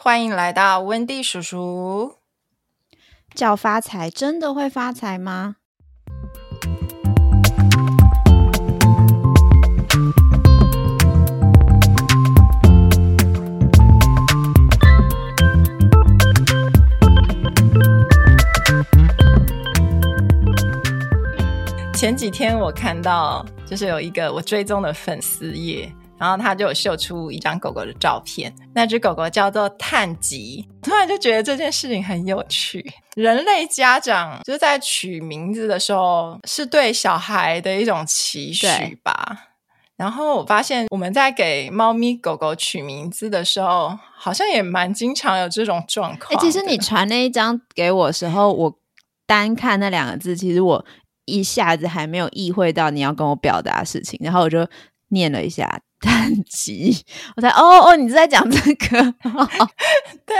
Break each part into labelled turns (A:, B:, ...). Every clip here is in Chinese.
A: 欢迎来到温蒂叔叔。
B: 叫发财真的会发财吗？
A: 前几天我看到，就是有一个我追踪的粉丝页，然后他就有秀出一张狗狗的照片，那只狗狗叫做碳吉。突然就觉得这件事情很有趣。人类家长就是在取名字的时候，是对小孩的一种期许
B: 对
A: 吧。然后我发现我们在给猫咪、狗狗取名字的时候，好像也蛮经常有这种状
B: 哎、
A: 况的。
B: 其实你传那一张给我的时候，我单看那两个字，其实我一下子还没有意会到你要跟我表达的事情，然后我就念了一下“单集”，我才哦哦，你是在讲这个？
A: 对，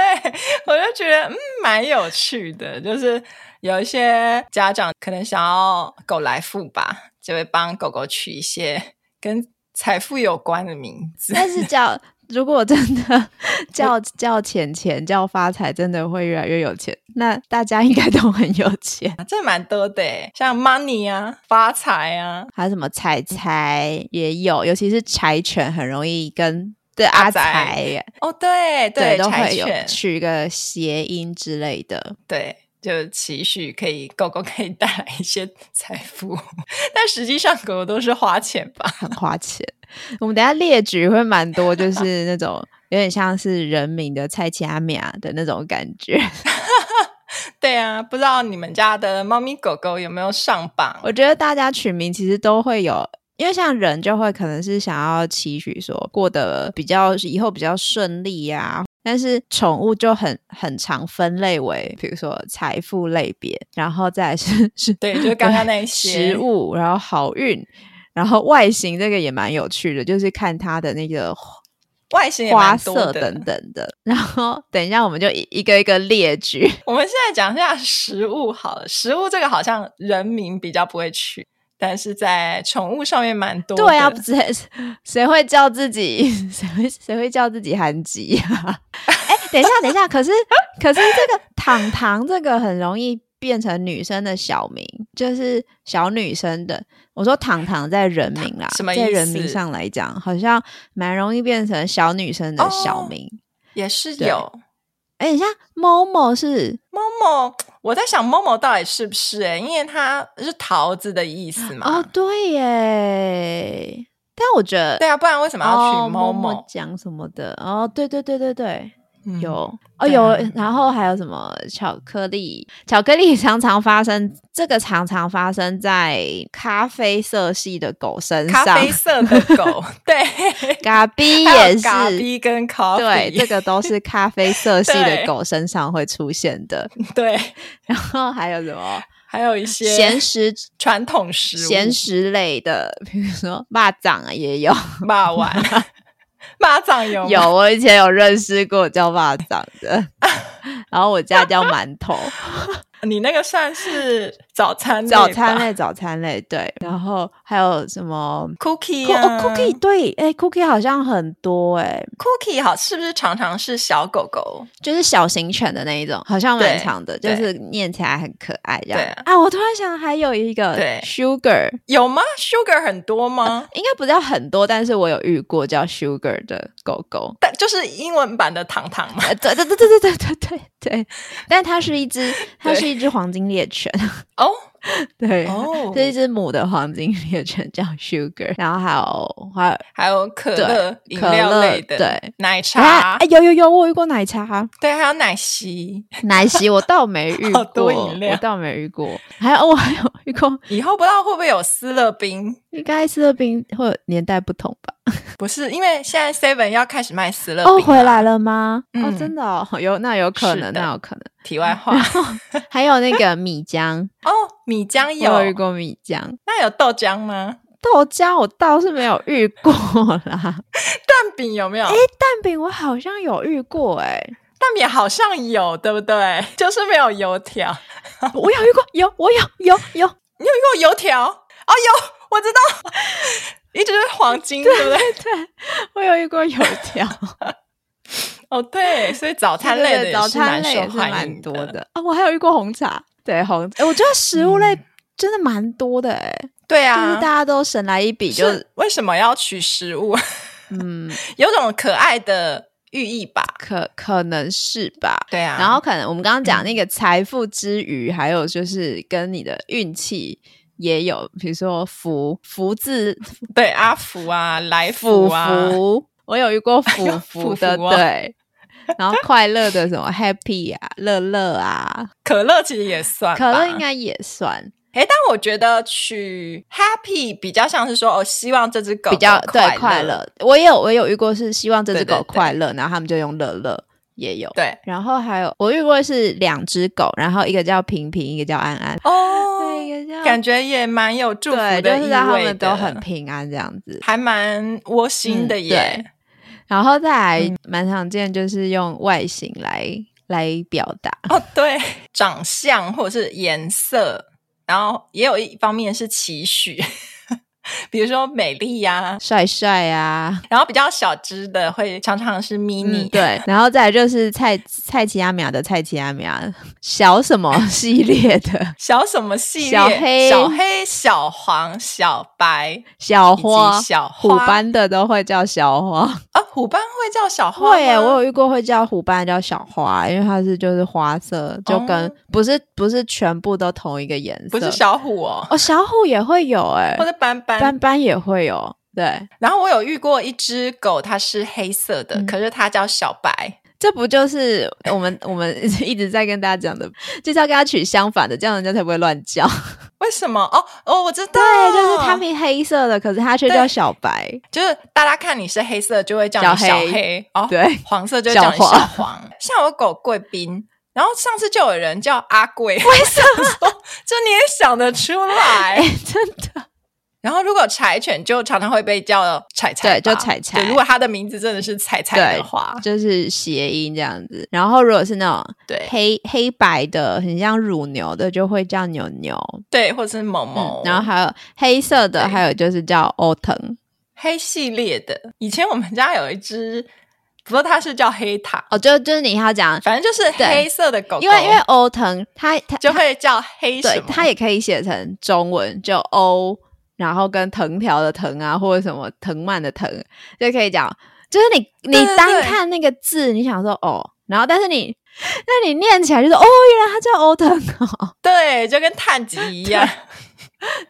A: 我就觉得嗯蛮有趣的，就是有一些家长可能想要狗来富吧，就会帮狗狗取一些 跟财富有关的名字。
B: 但是叫如果真的 叫叫钱钱叫发财，真的会越来越有钱。那大家应该都很有钱，
A: 啊这蛮多的耶，像 money 啊、发财啊、
B: 还有什么财财也有，尤其是柴犬很容易跟对阿
A: 仔
B: 财
A: 哦，对
B: 对都
A: 柴
B: 会有
A: 犬，
B: 取个谐音之类的。
A: 对，就期许可以狗狗可以带来一些 财富，但实际上狗狗都是花钱吧。
B: 很花钱。我们等一下列举会蛮多，就是那种有点像是人民的菜奇阿米亚的那种感觉。
A: 对啊，不知道你们家的猫咪狗狗有没有上榜？
B: 我觉得大家取名其实都会有。因为像人就会可能是想要期许说过得比较以后比较顺利呀、但是宠物就很很常分类为，比如说财富类别，然后再来是是
A: 对，就是刚刚那一些
B: 食物，然后好运，然后外形这个也蛮有趣的，就是看它的那个
A: 外形也
B: 花
A: 蛮多
B: 色
A: 的
B: 等等的。然后等一下，我们就一一个一个列举。
A: 我们现在讲一下食物好了，食物这个好像人名比较不会取，但是在宠物上面蛮多的。
B: 对啊，不是 谁会叫自己谁会谁会叫自己韩吉啊？ 哎、等一下，等一下，可是可是这个糖糖这个很容易变成女生的小名，就是小女生的。我说糖糖在人名啦，
A: 什么意
B: 在人
A: 思
B: 名上来讲，好像蛮容易变成小女生的小
A: 哦
B: 名。
A: 也是
B: 对
A: 有
B: 哎、你像某某是
A: Momo，我在想 Momo 到底是不是、欸？因为它是桃子的意思嘛。
B: 哦，对耶，但我觉得
A: 对啊，不然为什么要
B: 哦，
A: 取
B: 某
A: Momo？、
B: 某奖什么的。哦，对对对对对，
A: 嗯
B: 有哦
A: 对
B: 有
A: 啊，
B: 然后还有什么巧克力？巧克力 常常发生，这个常常发生在咖啡色系的狗身
A: 嗯咖
B: 上，
A: 啡 色的狗， 对，
B: 咖啡
A: 还
B: 也
A: 有咖
B: 是。
A: 啡跟 coffee，
B: 对，这个都是咖啡色系的
A: 对
B: 狗身上会出现的。
A: 对，
B: 然后还有 什么
A: 还有一些
B: 咸食、
A: 传统食物，
B: 咸食类的，比如说蚂蚱啊，也有。
A: 霸王， 蚂蚱有吗
B: 有，我以前有认识过叫蚂蚱 的，然后我家叫馒头，
A: 你那个算 是早餐类吧
B: 早餐类，早餐类，对，然后还有什么？
A: cookie
B: 哦
A: 啊、
B: ，cookie 对，哎、c o o k i e 好像很多哎、
A: cookie 好，是不是常常是小狗狗？
B: 就是小型犬的那一种，好像蛮
A: 对
B: 长的，就
A: 对
B: 是念起来很可爱这样。
A: 对啊
B: 啊，我突然想还有一个
A: 对
B: sugar，
A: 有吗？Sugar 很多吗？
B: 应该不叫很多，但是我有遇过叫 sugar 的狗狗，
A: 但就是英文版的糖糖嘛。
B: 呃，对对对对对对对对，但它是一只，它
A: 对
B: 是一只黄金猎犬，
A: 哦
B: 对，
A: 哦
B: 这一只母的黄金猎犬叫 Sugar，然后还有还有
A: 还有可乐、啊
B: 对
A: 饮料类的，
B: 可乐对，
A: 奶
B: 哎
A: 茶，
B: 哎，有有有，我有遇过奶茶、
A: 对，还有奶昔。
B: 奶昔，我倒 没遇
A: 好
B: 过，
A: 多饮料
B: 我倒没遇过，还有我还有遇过，
A: 以后不知道会不会有斯乐冰？
B: 应该斯乐冰或者年代不同吧？
A: 不是，因为现在 Seven 要开始卖斯乐呃冰、
B: 哦，回来。了吗？
A: 嗯
B: 哦，真的哦，有那有可
A: 是
B: 能，
A: 的
B: 那有可能，
A: 题外话，
B: 还有那个米浆，
A: 哦，米浆
B: 我有遇
A: 有，
B: 过米浆。
A: 那有豆浆吗？
B: 豆浆我倒是没有遇过啦，
A: 蛋饼有没有？
B: 蛋饼我好像有遇过哎、
A: 蛋饼好像有，对不对？ 就是没有油条。你
B: 我有遇过，有我有有有，
A: 有遇过油条？哦，有，我知道， 一直是黄金，对不对？
B: 我有遇过油条，
A: 哦，对，所以早餐类的
B: 对对对
A: 也
B: 早
A: 是蛮
B: 餐类
A: 受
B: 也是
A: 欢迎
B: 蛮多
A: 的。
B: 的啊。我还有遇过红茶，对红，哎我觉得食物类真的蛮多的哎、
A: 对
B: 就是
A: 嗯啊
B: 大，家都省来一笔，就是
A: 为什么要取食物？
B: 嗯，
A: 有种可爱的寓意吧？
B: 可可能是吧。
A: 对啊，嗯
B: 然后可能我们刚刚讲那个财富之余，还有就是跟你的运气也有，比如说福福字
A: 对阿福啊，来
B: 福
A: 福啊，
B: 福， 我有遇 过福
A: 福
B: 福
A: 福啊
B: 的，对。然后快乐的什么 happy 啊，乐乐啊，
A: 可乐其实也算吧，
B: 可乐应该也算
A: 哎，但我觉得取 happy 比较像是说，哦，希望这只狗
B: 比较
A: 狗
B: 对快
A: 快
B: 乐。我也有我也有遇过是希望这
A: 对
B: 只
A: 对
B: 狗
A: 对
B: 快乐，然后他们就用乐乐也有。
A: 对
B: 然后还有我遇过是两只狗，然后一个叫平平，一个叫安安，对，
A: 哦，
B: 一个叫
A: 感觉也蛮有祝福的
B: 对，
A: 意味的，
B: 就是让他们都很平安这样子。
A: 还蛮窝心的
B: 嗯
A: 耶。
B: 然后再
A: 嗯
B: 来蛮常见，就是用外形来来表达。
A: 哦，对， 长相或者是颜色，然后也有一方面是期许， 比如说美丽呀、
B: 帅帅啊，
A: 然后比较小只的会常常是 mini，、
B: 嗯、对，然后再来就是蔡蔡奇阿米亚的蔡奇阿米亚小什么 系列的
A: 小什么系列，
B: 小黑
A: 小黑、小黄、小白
B: 小
A: 以及
B: 花
A: 小
B: 虎
A: 花
B: 斑的都会叫小花，
A: 啊，虎斑会叫小花
B: 会耶，
A: 吗
B: 我有遇过会叫虎斑叫小花，因为它是就是花色，就跟、
A: 哦
B: 不是不是全部都同一个颜色，
A: 不是小虎哦，
B: 哦，小虎也会有哎
A: 或，者斑斑。
B: 斑斑也会有，对，
A: 然后我有遇过一只狗，它是黑色的，
B: 嗯
A: 可是它叫小白。
B: 这不就是我们我们 一直在跟大家讲的，就是要跟它取相反的，这样人家才不会乱
A: 哦
B: 叫。
A: 为什么？哦哦，我知道，
B: 对，就是它们黑色的，可是它却
A: 对
B: 叫小白。
A: 就是大家看你是黑色，就会叫你
B: 小黑
A: 小黑哦，
B: 对，
A: 黄色就会叫你
B: 小
A: 小
B: 黄
A: 黄。像我狗贵宾，然后上次就有人叫阿 贵，为 什么？这你也想得出来？
B: 哎、真的，
A: 然后如果柴犬就常常会被叫柴柴吧，
B: 对就柴柴
A: 对如果它的名字真的是柴柴的话，
B: 就是谐音这样子。然后如果是那种
A: 对
B: 黑黑白的，很像乳牛的，就会叫牛牛。
A: 对，或者是某
B: 嗯
A: 某，，
B: 然后还有黑色
A: 哦
B: 的，
A: 对
B: 还有就是叫欧腾。
A: 黑系列的。以前我们家有一只，不过它是叫黑塔，
B: 哦，就就是你要讲，
A: 反正就是
B: 对
A: 黑色的狗狗，
B: 因为因为欧腾它它
A: 就会叫黑什
B: 对，
A: 么，
B: 它也可以写成中文，就欧，然后跟藤条的藤啊，或者什么藤蔓的藤，就可以讲。就是你你
A: 对对
B: 单
A: 对
B: 看那个字，你想说哦，然后但是你那你念起来就是哦，原来它叫欧藤哦，
A: 对，就跟探吉 一样。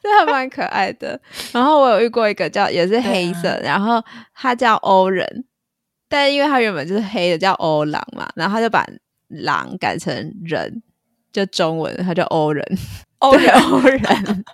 B: 这还蛮可爱的。然后我有遇过一个叫也是
A: 啊
B: 黑色，然后它叫欧人，但因为它原本就是黑的，叫欧狼嘛，然后他就把狼改成人，就中文它叫欧人，
A: 欧
B: 对
A: 人，
B: 欧人。
A: 哦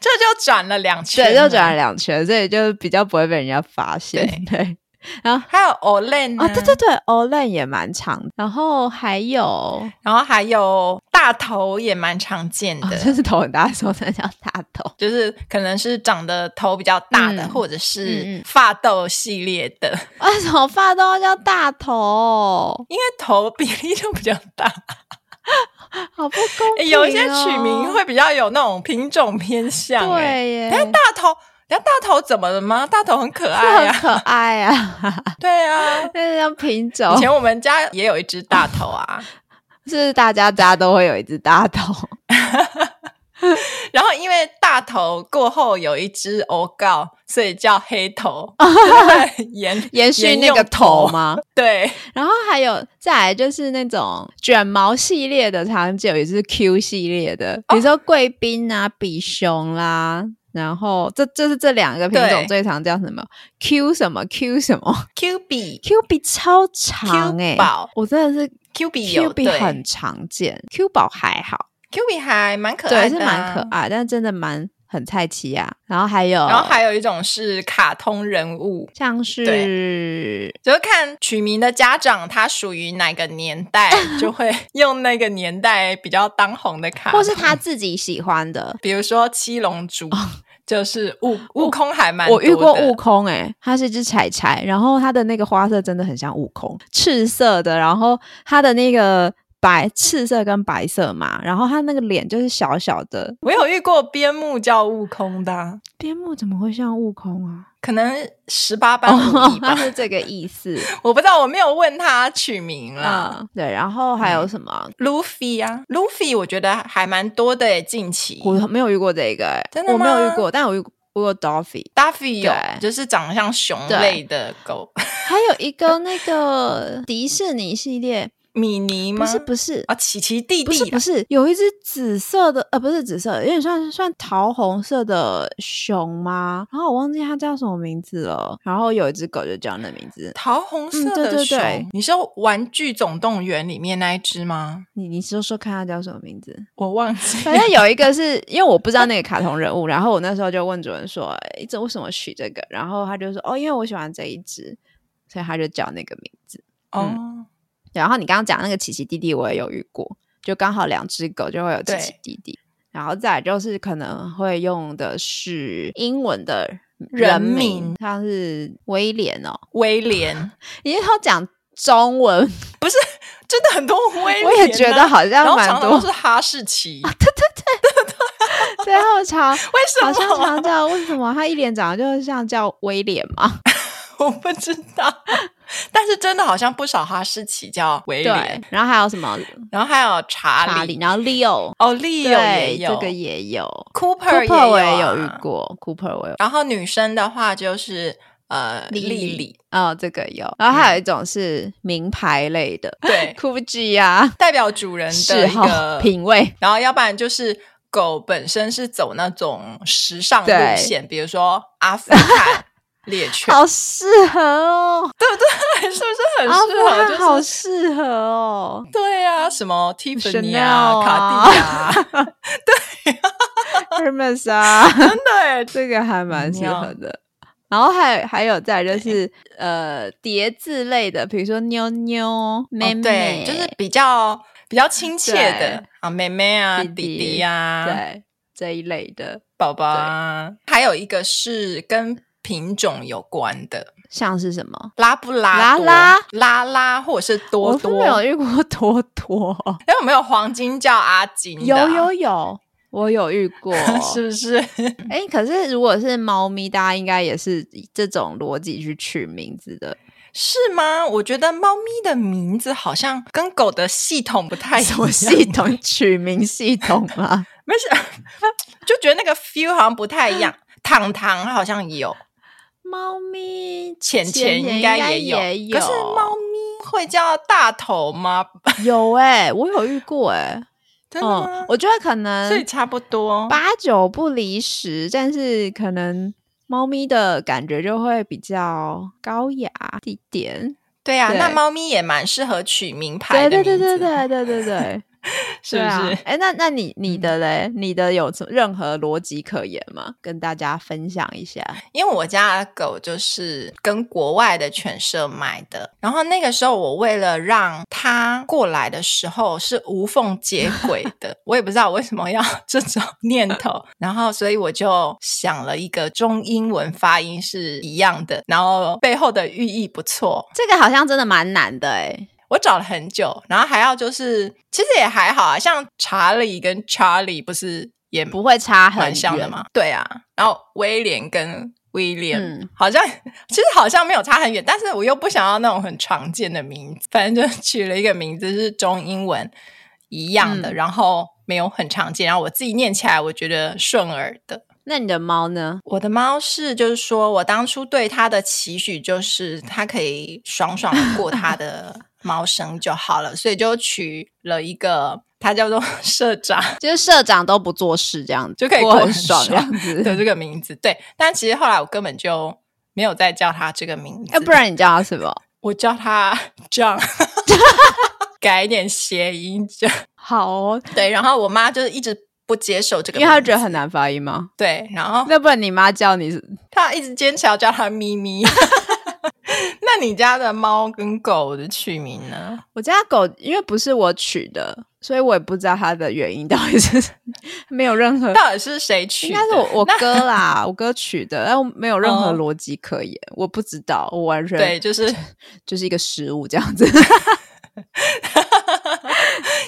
A: 这就转了两圈，
B: 对，就转了。两圈，所以就比较不会被人家发现。对，
A: 还有 Olen 啊
B: 啊、哦，对对，对，Olen 也蛮长的，然后还有，哦、
A: 然后还有大头也蛮常见的，
B: 就是头很大的时候才叫大头。
A: 就是可能是长得头比较大的，
B: 嗯
A: 或者是
B: 嗯嗯
A: 发豆系列的，
B: 为啊什么发都要叫大头？
A: 因为头比例就比较大。
B: 好不公
A: 诶
B: 平、哦！
A: 哎有一些取名会比较有那种品种偏向、欸诶
B: 对耶，
A: 但哎是大头，但大头怎么了吗？大头很可
B: 这
A: 爱
B: 很
A: 呀、
B: 可爱啊，
A: 对啊。
B: 哎那叫品种
A: 以，前我们家也有一只大头 啊，
B: 是大家家都会有一只大 头。
A: 然后因为大头过后有一只欧告，所以叫黑 头，就是沿
B: 延续那个头？吗？
A: 对，
B: 然后还有再来就是那种卷毛系列的，常久也是 Q 系列的，比如说贵宾啊、比熊啦，然后这就是这两个品
A: 对
B: 种最常叫什么 Q 什么 Q 什么
A: Q 比
B: Q 比超长哎、
A: Q 宝
B: 我真的是
A: Q 比
B: Q
A: 有
B: 比
A: 对
B: 很常见，Q 宝还好，
A: Q 比还蛮可
B: 呃对，
A: 爱
B: 是
A: 的啊、
B: 蛮可爱，但真的蛮很菜奇啊。然后还有，
A: 然后还有一种是卡通人物，
B: 像是
A: 就是看取名的家长他属于哪个年 代，就会用那个年代比较当红的卡通，
B: 或是 他自己喜欢的，
A: 比如说七龙珠，就是悟悟空还蛮
B: 哦我遇过
A: 多的
B: 悟空、欸，它是一只柴柴，然后它的那个花色真的很像悟空，赤色的，然后它的那个白赤色跟白色嘛，然后他那个脸就是小小的。
A: 我有遇过边牧叫悟空的啊、
B: 边牧怎么会像悟空 啊？
A: 可能十八般武艺吧
B: 哦 他是这个 意思。
A: 我不知道，我没有问他取名啦。
B: 嗯，对，然后还
A: 哎
B: 有什么？
A: 路飞啊，路飞我觉得还蛮多的耶，近期。
B: 我没有遇过这个、欸，
A: 真的
B: 我没有
A: 吗
B: 遇过，但我遇过我有 Dolphy，
A: Duffy 有
B: 对
A: 就是长得像熊
B: 对
A: 类的狗，
B: 还有一个那个迪士尼系列，
A: 米妮吗？
B: 不是不是
A: 啊，奇奇弟
B: 不是
A: 弟
B: 不
A: 啦
B: 是，有一只紫色的，呃，不是紫色，有点算算桃红色的熊吗？然后我忘记它叫什么名字了。然后有一只狗就叫那名字，
A: 桃红色
B: 嗯对
A: 的
B: 对
A: 熊，
B: 对
A: 你是《玩具总动员》里面那一只吗？
B: 你你说说看它叫什么名字？
A: 我忘记
B: 反正有一个是因为我不知道那个卡通人物，然后我那时候就问主人说，诶这为什么取这个？然后他就说，哦，因为我喜欢这一只，所以他就叫那个名字。
A: 哦。
B: 对然后你刚刚讲那个奇奇弟弟，我也有遇过，就刚好两只狗就会有奇
A: 对
B: 奇弟弟。然后再来就是可能会用的是英文的
A: 人
B: 名，
A: 名
B: 像是威廉哦，
A: 威廉
B: 因为他讲中文，
A: 真的很多威廉、啊
B: 我也觉得，好
A: 然
B: 像
A: 后
B: 蛮
A: 常常
B: 多啊
A: 都，是哈士 奇，
B: 对，然后 常
A: 为
B: 好
A: 什
B: 像
A: 么？
B: 常叫为什么他一脸长得就像叫威廉嘛？
A: 我不知道，但是真的好像不少哈士奇叫威
B: 对
A: 廉，，
B: 然后还有什么
A: 然后还有查理，
B: 查理，然后 Leo，
A: 哦，利友也
B: 对，
A: 有，
B: 这个也有
A: Cooper 也
B: 我也
A: 有
B: 有
A: 啊
B: 遇过，Cooper 我有。
A: 然后女生的话就是呃，
B: 莉
A: 丽
B: 莉
A: 丽，
B: 哦，这个有，然后
A: 嗯
B: 还有一种是名牌类的，
A: 对
B: ，Gucci 啊，
A: 代表主人
B: 嗜
A: 的一
B: 好、
A: 个，
B: 品味，
A: 然后要不然就是。狗本身是走那种时尚路
B: 对
A: 线，比如说阿富汗猎犬，
B: 好适合哦，
A: 是不是很
B: 阿
A: 适
B: 富
A: 合？
B: 汗好
A: 就是
B: 适合哦，
A: 对啊，什么 Tiffany 啊、
B: Chanel 啊
A: 卡地亚 啊，
B: Hermes 啊，
A: 真的耶
B: 这个还蛮适合的。然后还有还有再来就是呃叠字类的，比如说妞妞、妹
A: 哦
B: 妹，
A: 对，就是比较比较亲切的
B: 对
A: 啊，妹妹啊、弟
B: 弟弟
A: 弟啊、
B: 对这一类的，
A: 宝宝啊，还有一个是跟品种有关的，
B: 像是什么？
A: 拉布拉多
B: 拉
A: 拉拉或者是多
B: 我都
A: 多
B: 没。有遇过多多，
A: 哎，有没有黄金叫阿金的
B: 有
A: 啊、
B: 有有，我有遇过，
A: 是不是？
B: 哎、可是如果是猫咪，大家应该也是以这种逻辑去取名字的，
A: 是吗？我觉得猫咪的名字好像跟狗的系统不太一
B: 什
A: 样
B: 么系统取名系统 啊？
A: 没事，就觉得那个 feel 好像不太 一样。糖糖好像有，
B: 猫咪
A: 浅浅
B: 浅浅
A: 应
B: 应
A: 该
B: 该
A: 有，
B: 也
A: 可是
B: 有
A: 猫咪会叫大头吗？
B: 有哎、我有遇过哎、
A: 真的
B: 嗯
A: 吗，？
B: 我觉得可
A: 所以
B: 能
A: 差不多。
B: 八九不离十，但是可能猫咪的感觉就会比较高雅一点。
A: 对啊，
B: 对
A: 那猫咪也蛮适合取名牌
B: 对
A: 的
B: 对
A: 名字，
B: 对对对对对对，
A: 是
B: 对
A: 不
B: 啊
A: 是？？嗯
B: 哎、那那你你的嘞，你的有什么任何逻辑可言吗？跟大家分享一下。
A: 因为我家的狗就是跟国外的犬舍买的，然后那个时候我为了让它过来的时候是无缝接轨的， 我也不知道为什么要 这种念头，然后所以我就想了一个中英文发音是一样的，然后背后的寓意不错，
B: 这个好像真的蛮难的哎、
A: 我找了很久，然后还要就是其实也还好啊，像查理跟查理不是也
B: 不会差很
A: 蛮
B: 远
A: 像的？嘛。对啊，然后威廉跟威廉、
B: 嗯
A: 好像 其实好像没有差很远，但是我又不想要那种很常见的名字， 反正就取了一个名字是中英文一样的，
B: 嗯
A: 然后没有很常见，然后我自己念起来我觉得顺耳的。
B: 那你的猫呢？
A: 我的猫是，就是说我当初对它的期许就是它可以爽爽地过它的猫生就好了，所以就取了一个，它叫做社长。
B: 就是社长都不做事这样子，
A: 就可以
B: 过
A: 过很
B: 很爽这
A: 爽
B: 样子。
A: 的这个名字。对，但其实后来我根本就没有再叫他这个名字，
B: 要呃不然你叫它什 么？
A: 我叫他 John，改一点谐音就
B: 好哦，
A: 对。然后我妈就是一直不接受这个
B: 因
A: 名字，
B: 为他觉得很难发音吗？
A: 对，然后
B: 那不然你妈叫你是
A: 她一直坚持要叫他咪 咪。 那你家的猫跟狗的取名呢？
B: 我家狗，因为不是我取的，所以我也不知道它的原因到底是 没有任何，
A: 到底是谁取
B: 应
A: 的？
B: 该是我我
A: 那
B: 哥啦，我哥取的，但我没有任何
A: 哦
B: 逻辑可言，我不知道，我完全
A: 对，就是
B: 就是一个食物这样子。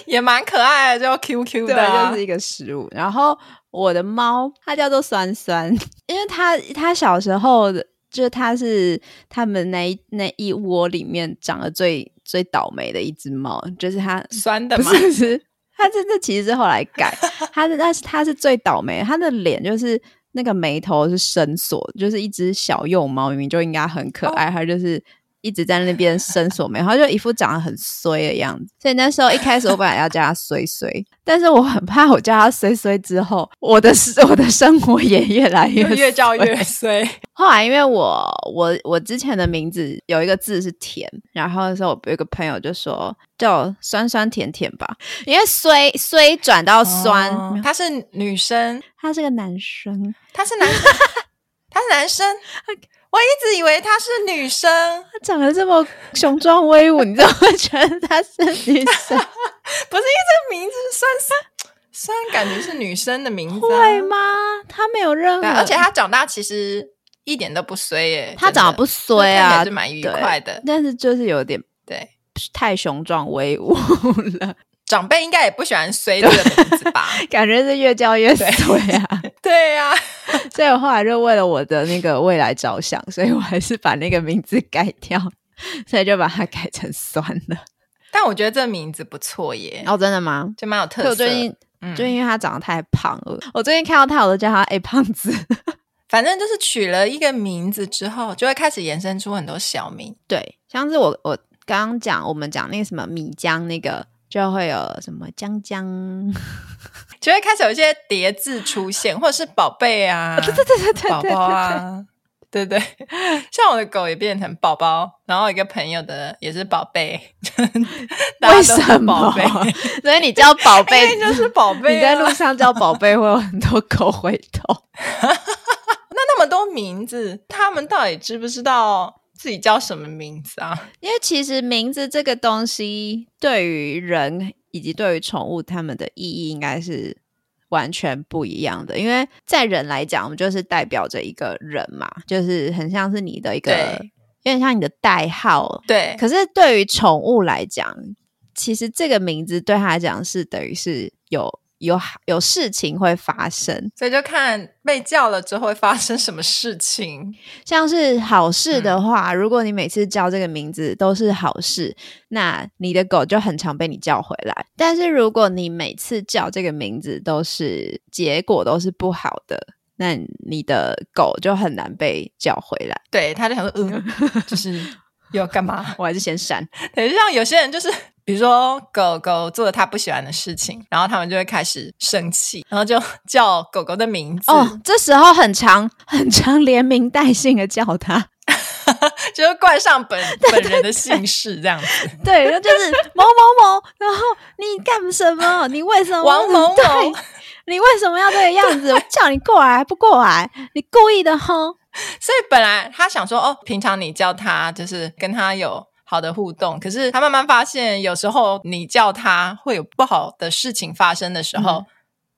A: 也蛮可爱的，就 QQ
B: 对，
A: 的啊、
B: 就是一个食物。然后我的猫它叫做酸酸， 因为它它小时候的，就是它是他们那一那一窝里面长得最最倒霉的一只猫，就是它
A: 酸的
B: 不
A: 嘛。
B: 是不 是，它这这其实是后来改， 它是它是它是最倒霉，它的脸就是。那个眉头是深锁，就是一只小幼猫，明明就应该很可爱，它就是一直在那边伸锁眉，它就一副长得很衰的样子。所以那时候一开始我本来要叫它衰衰，但是我很怕我叫它衰衰之后，我的我的生活也越来越
A: 就越叫
B: 衰
A: 越衰，
B: 后来因为我我我之前的名字有一个字是甜，然后那时候我有一个朋友就说叫酸酸甜甜吧，因为衰衰转到酸，
A: 哦
B: 没有
A: 他是女生，
B: 他是个男生，
A: 他是男， 他是男生。我一直以为他是女生，
B: 他长得这么雄壮威武，你 怎么会觉得他 是女生？
A: 不是因为这个名字酸酸酸，感觉是女生的名字、啊，
B: 会吗？他没有任何，
A: 对啊，而且他长大其实一点都不衰耶、
B: 他长得不
A: 真的看
B: 衰
A: 起来
B: 啊
A: 是，蛮愉
B: 对
A: 快的。
B: 但是就是有点
A: 对，
B: 太雄壮威武 了，
A: 长辈应该也不喜欢衰这个名字 吧？
B: 感觉是越叫越衰啊。
A: 对呀、啊，
B: 所以我后来就为了我的那个未来着想，所以我还是把那个名字改 掉，所以就把它改成酸了。
A: 但我觉得这名字不错耶，
B: 哦，真的吗？
A: 就蛮有特
B: 可
A: 色。
B: 我最近，
A: 嗯
B: 就因为他长得太胖了，我最近看到他，我都叫他“哎、胖子
A: 反正就是取了一个名字之后，就会开始延伸出很多小名。”。
B: 对，像是我我刚刚讲，我们讲那个什么米浆那个，就会有什么江江，
A: 嗯就会开始有一些叠字出现，或者是宝贝啊、
B: 对对对
A: 宝 宝啊，对对。 像我的狗也变成宝宝，然后我一个朋友的也是宝贝， 大
B: 为
A: 家都是
B: 什
A: 宝
B: 么
A: 贝，？
B: 所以你叫哎宝
A: 因
B: 贝
A: 为，就是宝贝、啊。
B: 你在路上叫宝贝，会有很多狗回头。
A: 那那么多名字，他们到底知不知道自己叫什么名字啊？
B: 因为其实名字这个东西，对于人以及对于宠物，它们的意义应该是完全不一样的。因为在人来讲，我们就是代表着一个人嘛，就是很像是你的一个，
A: 对
B: 有点像你的代号。
A: 对，
B: 可是对于宠物来讲，其实这个名字对它来讲是等于是有有有事情会发生，
A: 所以就看被叫了之后会发生什么事情。
B: 像是好事的话，如果你每次叫这个名字都是好事，那你的狗就很常被你叫回来。但是如果你每次叫这个名字都是结果都是不好的，那你的狗就很难被叫回来。
A: 对，他就想说， 嗯，就是要干嘛？
B: 我还是先删。
A: 对，就像有些人就是，比如说狗狗做了他不喜欢的事情，然后他们就会开始生气，然后就叫狗狗的名字，
B: 哦，这时候很常很常连名带姓的叫它。
A: 就是冠上本本人的姓氏这样子。
B: 对，然后就是某某某，然后你干什么？你为什么？
A: 王某某
B: 对，你为什么要这个样子？我叫你过来还不过来，你故意的哼。
A: 所以本来他想说，哦，平常你叫他就是跟他有。好的互动，可是他慢慢发现，有时候你叫他会有不好的事情发生的时候，
B: 嗯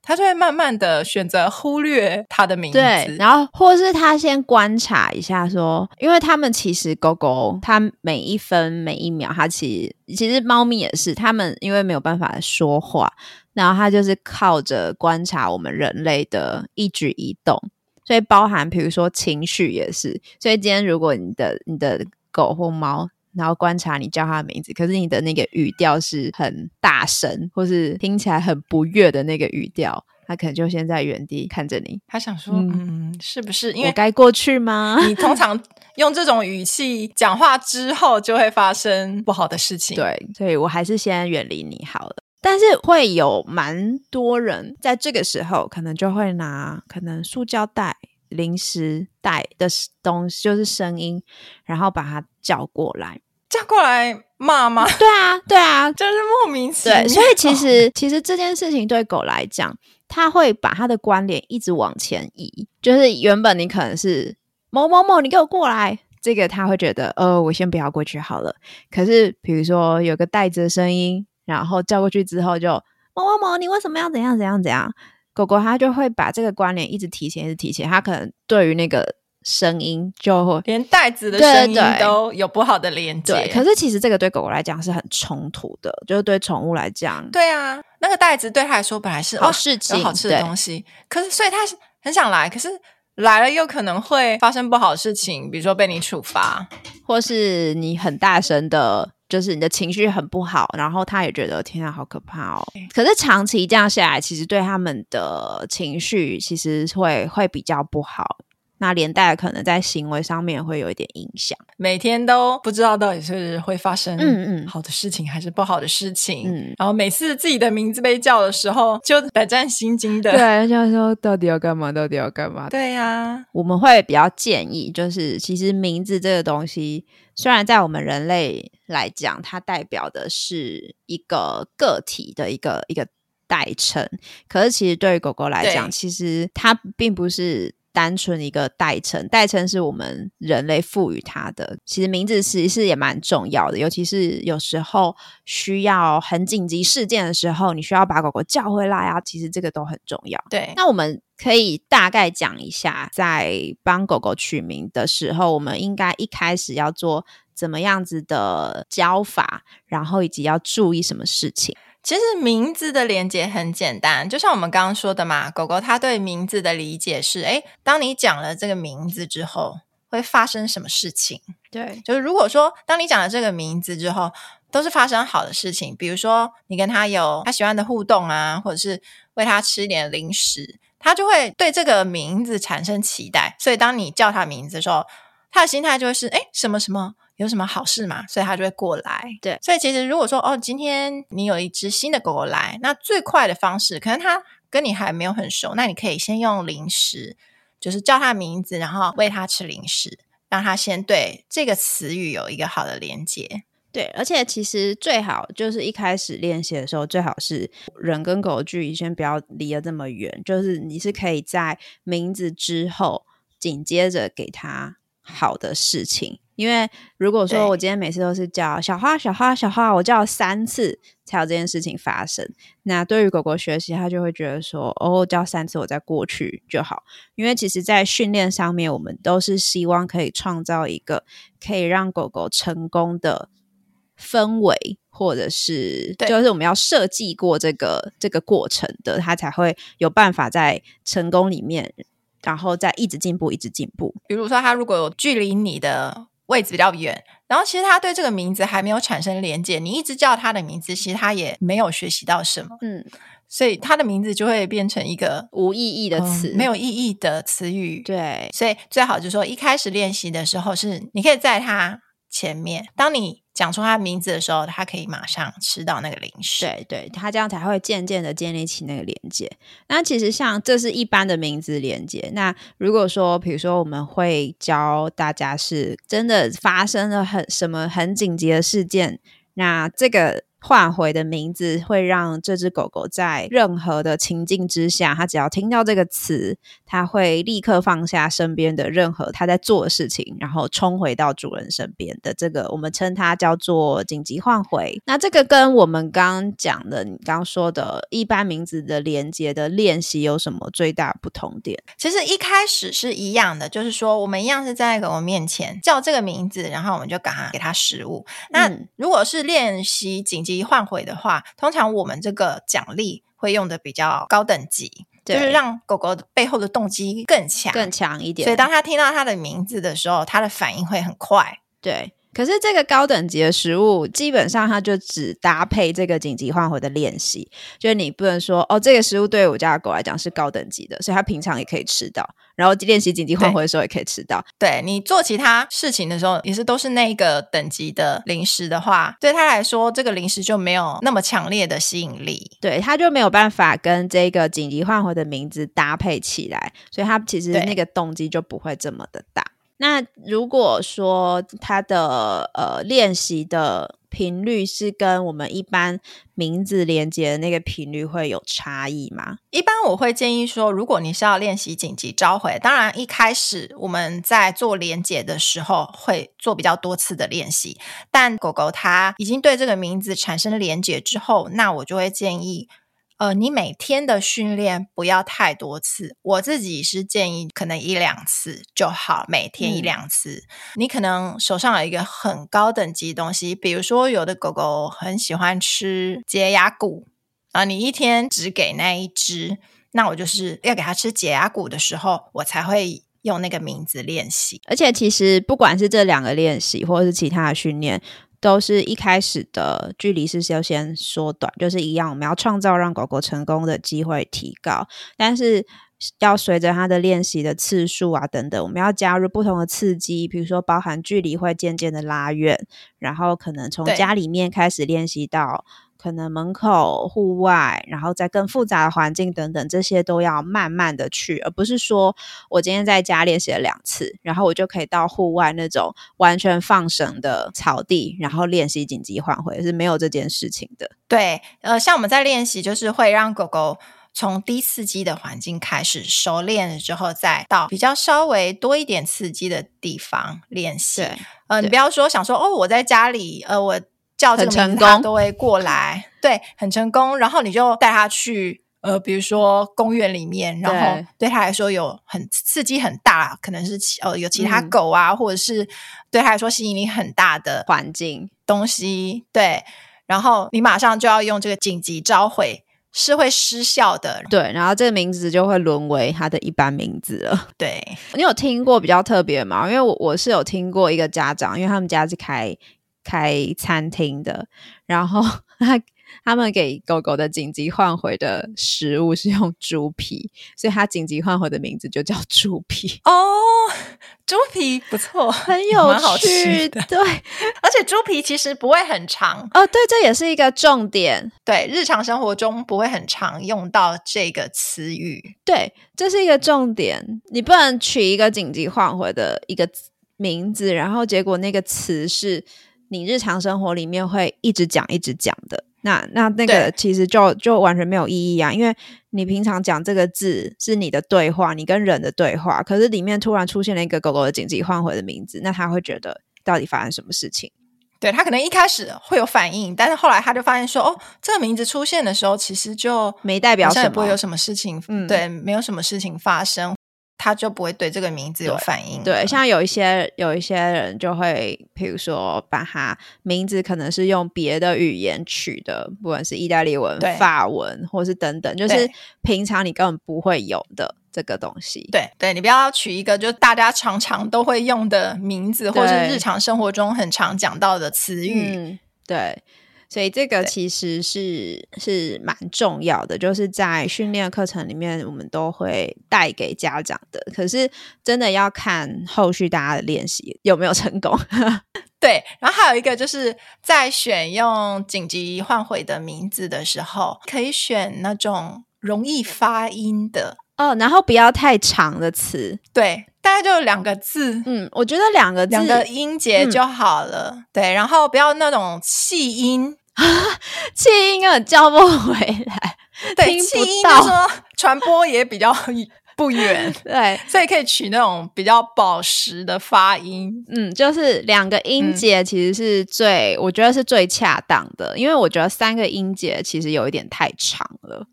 A: 他就会慢慢的选择忽略他的名字。
B: 对，然后或是他先观察一下说，因为他们其实狗狗它每一分每一秒，它其实其实猫咪也是，它们因为没有办法说话，然后它就是靠着观察我们人类的一举一动，所以包含比如说情绪也是。所以今天如果你的你的狗或猫。然后观察你叫它的名字，可是你的那个语调是很大声，或是听起来很不悦的那个语调，它可能就先在原地看着你，
A: 他想说，
B: 嗯
A: 嗯，是不是因
B: 我
A: 为
B: 该过去吗？
A: 你通常用这种语气讲话之后，就会发生不好的事情。，
B: 对，所以我还是先远离你好了。但是会有蛮多人在这个时候，可能就会拿可能塑胶袋、零食袋的东西，就是声音，然后把它叫过来。
A: 叫过来骂吗？
B: 对啊，对啊，
A: 真是莫名其妙。
B: 对，所以其实其实这件事情对狗来讲，它会把它的关联一直往前移，就是原本你可能是某某某，你给我过来。这个它会觉得，呃，我先不要过去好了。可是，比如说有个袋子的声音，然后叫过去之后就，某某某，你为什么要怎样怎样怎样？狗狗它就会把这个关联一直提前，一直提前。它可能对于那个声音就会
A: 连袋子的
B: 对
A: 声音
B: 对
A: 都有不好的连接。
B: 对，可是其实这个对狗狗来讲是很冲突的，就是对宠物来讲，
A: 对啊，那个袋子对他来说本来是
B: 好
A: 哦
B: 事
A: 有
B: 情，
A: 好吃的
B: 对
A: 东西，可是所以他是很想来，可是来了又可能会发生不好的事情，比如说被你处罚。
B: 或是你很大声的，就是你的情绪很不好，然后他也觉得天啊，好可怕哦。可是长期这样下来，其实对他们的情绪其实会会比较不好，那连带可能在行为上面会有一点影响。
A: 每天都不知道到底是会发生
B: 嗯嗯
A: 好的事情还是不好的事情，
B: 嗯
A: 然后每次自己的名字被叫的时候，就胆战心惊的。
B: 对，就说到底要干嘛？到底要干嘛？
A: 对呀、
B: 我们会比较建议，就是其实名字这个东西，虽然在我们人类来讲，它代表的是一个个体的一个一个代称，可是其实对于狗狗来讲，
A: 对
B: 其实它并不是。单纯一个代称，代称是我们人类赋予它的。其实名字其实也蛮重要的，尤其是有时候需要很紧急事件的时候，你需要把狗狗叫回来啊，其实这个都很重要。
A: 对，
B: 那我们可以大概讲一下，在帮狗狗取名的时候，我们应该一开始要做怎么样子的教法，然后以及要注意什么事情。
A: 其实名字的连接很简单，就像我们刚刚说的嘛，狗狗它对名字的理解是：诶，当你讲了这个名字之后，会发生什么事情？
B: 对，
A: 就是如果说当你讲了这个名字之后，都是发生好的事情，比如说你跟他有他喜欢的互动啊，或者是喂他吃一点零食，他就会对这个名字产生期待。所以当你叫他名字的时候，他的心态就会是哎什么什么。有什么好事嘛？所以他就会过来。
B: 对
A: 所以其实如果说哦，今天你有一只新的狗狗来，那最快的方式，可能它跟你还没有很熟，那你可以先用零食，就是叫它名字，然后喂它吃零食。让他先对这个词语有一个好的连接。
B: 对，而且其实最好就是一开始练习的时候，最好是人跟狗的距离先不要离得这么远，就是你是可以在名字之后紧接着给它好的事情。因为如果说
A: 对
B: 我今天每次都是叫小花、小花、小花，我叫了三次才有这件事情发生，那对于狗狗学习，它就会觉得说，哦，叫三次我再过去就好。因为其实，在训练上面，我们都是希望可以创造一个可以让狗狗成功的氛围，或者是
A: 对
B: 就是我们要设计过这个这个过程的，它才会有办法在成功里面，然后再一直进步，一直进步。
A: 比如说，他如果有距离你的位置比较远，然后其实他对这个名字还没有产生连接，你一直叫他的名字，其实他也没有学习到什么，
B: 嗯，
A: 所以他的名字就会变成一个
B: 无意义的
A: 嗯
B: 词、
A: 没有意义的词语。
B: 对
A: 所以最好就是说，一开始练习的时候是你可以在他前面，当你讲出他名字的时候，他可以马上吃到那个零食。
B: 对对，它这样才会渐渐的建立起那个连接。那其实像这是一般的名字连接。那如果说，比如说我们会教大家是真的发生了很什么很紧急的事件，那这个换回的名字会让这只狗狗在任何的情境之下，它只要听到这个词，它会立刻放下身边的任何它在做的事情，然后冲回到主人身边的这个，我们称它叫做紧急换回。那这个跟我们刚刚讲的，你刚刚说的一般名字的连接的练习有什么最大不同点？
A: 其实一开始是一样的，就是说我们一样是站在狗狗面前叫这个名字，然后我们就赶快给它食物。那
B: 嗯
A: 如果是练习紧急换回的话，通常我们这个奖励会用的比较高等级，就
B: 对
A: 是让狗狗背后的动机更强。
B: 更强一点。
A: 所以当它听到它的名字的时候，它的反应会很快。
B: 对，可是这个高等级的食物，基本上它就只搭配这个紧急换回的练习，就是你不能说哦，这个食物对我家的狗来讲是高等级的，所以它平常也可以吃到，然后练习紧急换回的时候也可以吃到。
A: 对你做其他事情的时候，也是都是那个等级的零食的话，对它来说，这个零食就没有那么强烈的吸引力。
B: 对，它就没有办法跟这个紧急换回的名字搭配起来，所以它其实
A: 对
B: 那个动机就不会这么的大。那如果说它的呃练习的频率是跟我们一般名字连接的那个频率会有差异吗？
A: 一般我会建议说，如果你是要练习紧急召回，当然一开始我们在做连结的时候会做比较多次的练习，但狗狗它已经对这个名字产生连结之后，那我就会建议。呃，你每天的训练不要太多次，我自己是建议可能一两次就好，每天一
B: 嗯
A: 两次。你可能手上有一个很高等级的东西，比如说有的狗狗很喜欢吃洁牙骨啊，你一天只给那一只，那我就是要给它吃洁牙骨的时候，我才会用那个名字练习。
B: 而且其实不管是这两个练习，或者是其他的训练，都是一开始的距离是要先缩短，就是一样，我们要创造让狗狗成功的机会提高，但是。要随着它的练习的次数啊等等，我们要加入不同的刺激，比如说包含距离会渐渐的拉远，然后可能从
A: 对
B: 家里面开始练习到可能门口、户外，然后在更复杂的环境等等，这些都要慢慢的去，而不是说我今天在家练习了两次，然后我就可以到户外那种完全放绳的草地，然后练习紧急换回，是没有这件事情的。
A: 对，呃，像我们在练习，就是会让狗狗从低刺激的环境开始熟练了之后，再到比较稍微多一点刺激的地方练习。
B: 对，
A: 呃，你
B: 对
A: 不要说想说哦，我在家里，呃，我叫这
B: 很
A: 个
B: 成
A: 名字它
B: 功
A: 都会过来，对，很成功。然后你就带它去。呃，比如说公园里面，然后对它来说有很刺激很大，可能是其呃有其他
B: 嗯
A: 狗啊，或者是对它来说吸引力很大的
B: 环境
A: 东西，对，然后你马上就要用这个紧急召回，是会失效的，
B: 对，然后这个名字就会沦为它的一般名字了。
A: 对，
B: 你有听过比较特别吗？因为我我是有听过一个家长，因为他们家是开开餐厅的，然后 他他们给狗狗的紧急换回的食物是用猪皮，所以它紧急换回的名字就叫猪皮，
A: 哦，猪皮不错，
B: 很有
A: 蛮好
B: 趣。
A: 吃的，
B: 对，
A: 而且猪皮其实不会很长，
B: 哦，对，这也是一个重点。
A: 对，日常生活中不会很常用到这个词语，
B: 对，这是一个重点。你不能取一个紧急换回的一个词名字，然后结果那个词是你日常生活里面会一直讲、一直讲的。那那那个
A: 对
B: 其实就就完全没有意义啊，因为你平常讲这个字是你的对话，你跟人的对话，可是里面突然出现了一个狗狗的紧急换回的名字，那他会觉得到底发生什么事情？
A: 对他可能一开始会有反应，但是后来他就发现说，哦，这个名字出现的时候，其实就
B: 没代表
A: 好像
B: 什
A: 也不会有
B: 么？
A: 什么事情，
B: 嗯
A: 对，没有什么事情发生，他就不会对这个名字有
B: 对
A: 反应了，
B: 对，像有一些有一些人就会，比如说把他名字可能是用别的语言取的，不管是意大利文
A: 对、
B: 法文，或是等等，就是
A: 对
B: 平常你根本不会有的这个东西。
A: 对对，你不要取一个就是大家常常都会用的名字，或是
B: 对
A: 日常生活中很常讲到的词语。
B: 嗯，对，所以这个
A: 对
B: 其实是是蛮重要的，就是在训练课程里面，我们都会带给家长的。可是真的要看后续大家的练习有没有成功。
A: 对，然后还有一个就是在选用紧急换回的名字的时候，可以选那种容易发音的，
B: 哦，然后不要太长的词，
A: 对，大概就两个字。
B: 嗯，我觉得两个字，
A: 两个音节
B: 嗯
A: 就好了，对，然后不要那种气 音，
B: 气音根本叫不回来。
A: 对，
B: 听
A: 气
B: 不
A: 音
B: 到
A: 就说传播也比较不远，
B: 对，
A: 所以可以取那种比较保实的发音，
B: 嗯，就是两个
A: 嗯
B: 音节其实是最，我觉得是最恰当的，因为我觉得三个音节其实有一点太长了，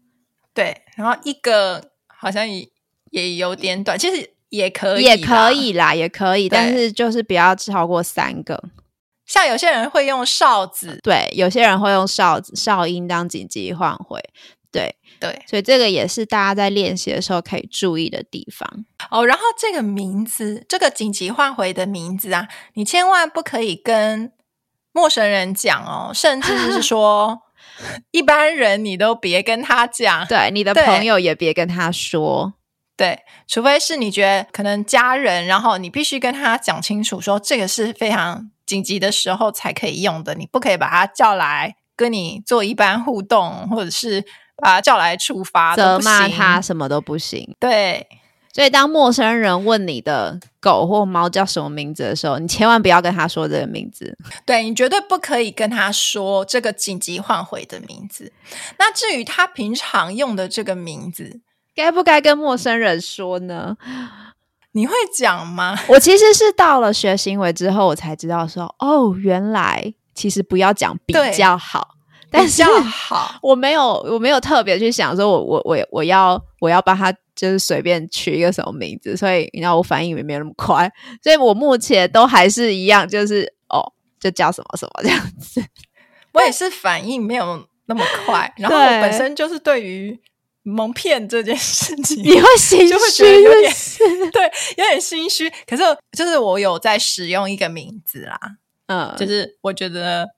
A: 对，然后一个好像也也有点短，其实也可以，
B: 也可。以啦，也可以，
A: 对
B: 但是就是不要超过三个。
A: 像有些人会用哨子，
B: 对，有些人会用哨子哨音当紧急换回，对，
A: 对
B: 所以这个也是大家在练习的时候可以注意的地方。
A: 哦，然后这个名字，这个紧急换回的名字啊，你千万不可以跟陌生人讲哦，甚至就是 说一般人你都别跟他讲，
B: 对，你的
A: 对
B: 朋友也别跟他说，
A: 对，除非是你觉得可能家人，然后你必须跟他讲清楚，说这个是非常紧急的时候才可以用的，你不可以把他叫来跟你做一般互动，或者是把他叫来处罚，
B: 责
A: 啊都不
B: 骂
A: 行
B: 他。什么都不行。
A: 对
B: 所以，当陌生人问你的狗或猫叫什么名字的时候，你千万不要跟他说这个名字。
A: 对，你绝对不可以跟他说这个紧急换回的名字。那至于他平常用的这个名字，
B: 该不该跟陌生人说呢？
A: 你会讲吗？
B: 我其实是到了学行为之后，我才知道说，哦，原来其实不要讲比较好，但
A: 比
B: 是
A: 较 好，
B: 我没有，我没有特别去想说我，我我我要我要帮他就是随便取一个什么名字，所以你知道我反应也没有那么快，所以我目前都还是一样，就是哦，就叫什么什么这样子。
A: 我也是反应没有那么快，然后我
B: 对
A: 本身就是对于蒙骗这件事情，
B: 你会心
A: 就会觉得
B: 虚，
A: 有点
B: 是不是
A: 对有点心虚。可是就是我有在使用一个名字啦，
B: 嗯，
A: 就是我觉得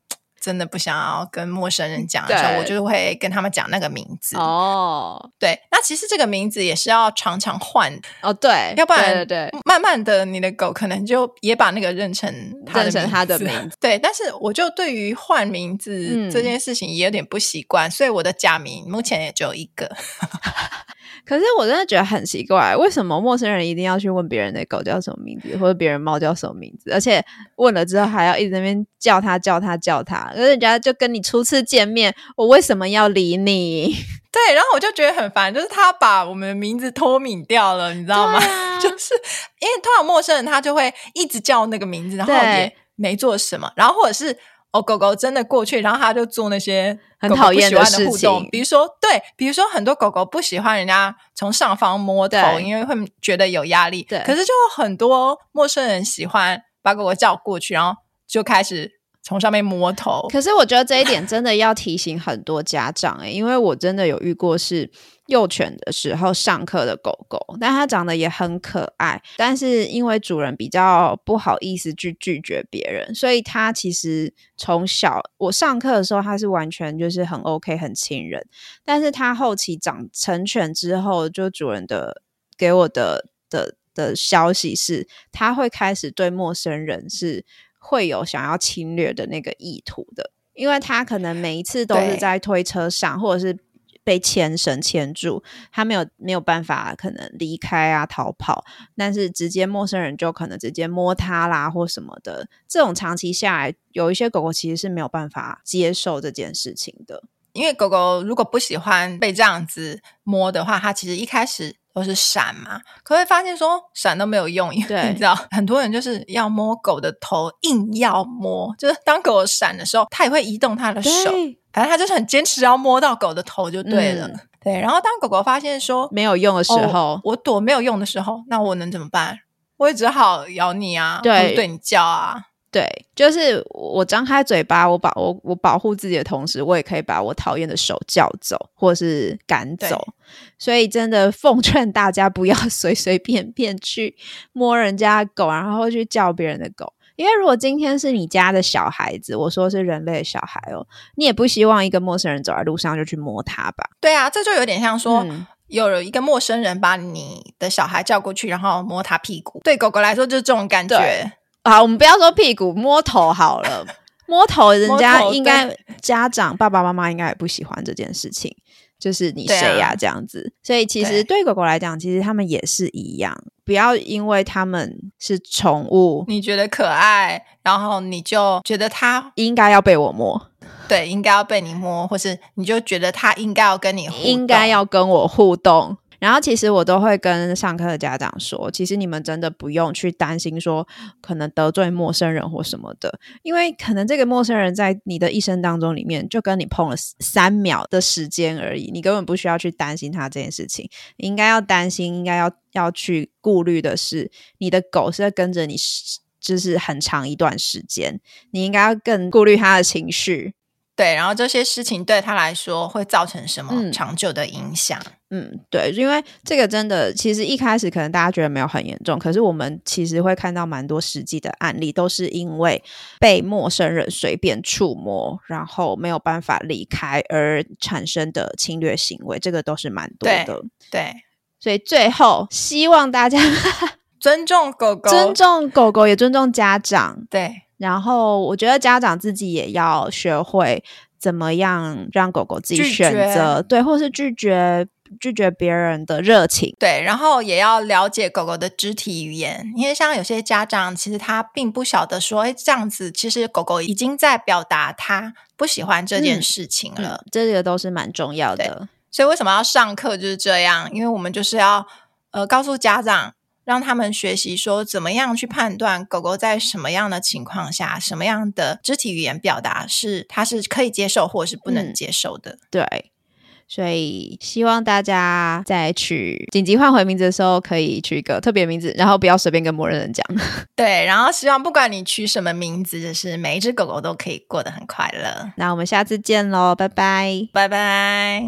A: 真的不想要跟陌生人讲的时
B: 对
A: 候，我就会跟他们讲那个名字。
B: 哦
A: 对，那其实这个名字也是要常常换，
B: 哦对，
A: 要不然
B: 对对对
A: 慢慢的你的狗可能就也把那个认成它的
B: 认成它的
A: 名字。
B: 名字，
A: 对，但是我就对于换名字
B: 嗯
A: 这件事情也有点不习惯，所以我的假名目前也只有一个。
B: 可是我真的觉得很奇怪，为什么陌生人一定要去问别人的狗叫什么名字，或者别人猫叫什么名字？而且问了之后还要一直在那边叫它叫它叫它，可是人家就跟你初次见面，我为什么要理你？
A: 对，然后我就觉得很烦，就是他把我们的名字脱敏掉了，你知道吗？
B: 对 啊
A: 就是因为通常陌生人他就会一直叫那个名字，然后
B: 对
A: 也没做什么，然后或者是哦狗狗真的过去，然后他就做那些
B: 很
A: 狗狗
B: 讨厌
A: 不喜欢
B: 的事
A: 的互动
B: 情，
A: 比如说对，比如说很多狗狗不喜欢人家从上方摸头，
B: 对
A: 因为会觉得有压力。
B: 对
A: 可是就有很多陌生人喜欢把狗狗叫过去，然后就开始从上面摸头。
B: 可是我觉得这一点真的要提醒很多家长哎、因为我真的有遇过是幼犬的时候上课的狗狗，但它长得也很可爱，但是因为主人比较不好意思去拒绝别人，所以它其实从小我上课的时候它是完全就是很 OK 很亲人，但是它后期长成犬之后，就主人的给我的的的消息是，它会开始对陌生人是会有想要侵略的那个意图的，因为它可能每一次都是
A: 对
B: 在推车上，或者是。被牵绳牵住，它没有没有办法可能离开啊逃跑，但是直接陌生人就可能直接摸它啦或什么的，这种长期下来，有一些狗狗其实是没有办法接受这件事情的。
A: 因为狗狗如果不喜欢被这样子摸的话，它其实一开始都是闪嘛，可会发现说闪都没有用，因
B: 对
A: 为你知道很多人就是要摸狗的头，硬要摸，就是当狗闪的时候，它也会移动它的手，
B: 对，
A: 反正它就是很坚持要摸到狗的头就对了。
B: 嗯
A: 对，然后当狗狗发现说
B: 没有用的时
A: 哦
B: 候，，
A: 我躲没有用的时候，那我能怎么办？我也只好咬你啊，
B: 对
A: 或者对你叫啊，
B: 对，就是我张开嘴巴，我保我我保护自己的同时，我也可以把我讨厌的手叫走，或是赶
A: 对
B: 走。所以真的奉劝大家不要随随便便去摸人家的狗，然后去叫别人的狗。因为如果今天是你家的小孩子，我说是人类的小孩哦，你也不希望一个陌生人走在路上就去摸他吧？
A: 对啊，这就有点像说。
B: 嗯
A: 有一个陌生人把你的小孩叫过去，然后摸他屁股，对狗狗来说就是这种感
B: 对
A: 觉。
B: 啊，我们不要说屁股，摸头 好了。摸头，人
A: 摸
B: 家
A: 头
B: 应该家长爸爸妈妈应该也不喜欢这件事情，就是你
A: 对啊
B: 谁呀、这样子。所以其实对狗狗来讲，其实他们也是一样，不要因为他们是宠物，
A: 你觉得可爱，然后你就觉得它
B: 应该要被我摸，
A: 对应该要被你摸，或是你就觉得它应该要跟你互动
B: 应该要跟我互动。然后其实我都会跟上课的家长说，其实你们真的不用去担心说可能得罪陌生人或什么的，因为可能这个陌生人在你的一生当中里面就跟你碰了三秒的时间而已，你根本不需要去担心他这件事情。你应该要担心，应该要要去顾虑的是，你的狗是在跟着你时，就是很长一段时间，你应该要更顾虑它的情绪，
A: 对，然后这些事情对它来说会造成什么
B: 嗯
A: 长久的影响？
B: 嗯，对，因为这个真的，其实一开始可能大家觉得没有很严重，可是我们其实会看到蛮多实际的案例，都是因为被陌生人随便触摸，然后没有办法离开而产生的侵略行为，这个都是蛮多
A: 对
B: 的。
A: 对，
B: 所以最后，希望大家
A: 尊重狗狗，
B: 尊重狗狗，也尊重家长。
A: 对
B: 然后，我觉得家长自己也要学会怎么样让狗狗自己
A: 拒
B: 选
A: 绝
B: 择，对，或是拒绝拒绝别人的热情。
A: 对，然后也要了解狗狗的肢体语言，因为像有些家长其实他并不晓得说，哎，这样子其实狗狗已经在表达它不喜欢这件
B: 嗯
A: 事情了。
B: 嗯，这个都是蛮重要的。
A: 所以为什么要上课就是这样？因为我们就是要呃告诉家长，让他们学习说怎么样去判断狗狗在什么样的情况下，什么样的肢体语言表达是它是可以接受或是不能
B: 嗯
A: 接受的。
B: 对，所以希望大家在取紧急换回名字的时候，可以取一个特别名字，然后不要随便跟陌生人讲。
A: 对，然后希望不管你取什么名字，就是每一只狗狗都可以过得很快乐。
B: 那我们下次见喽，拜拜。
A: 拜拜。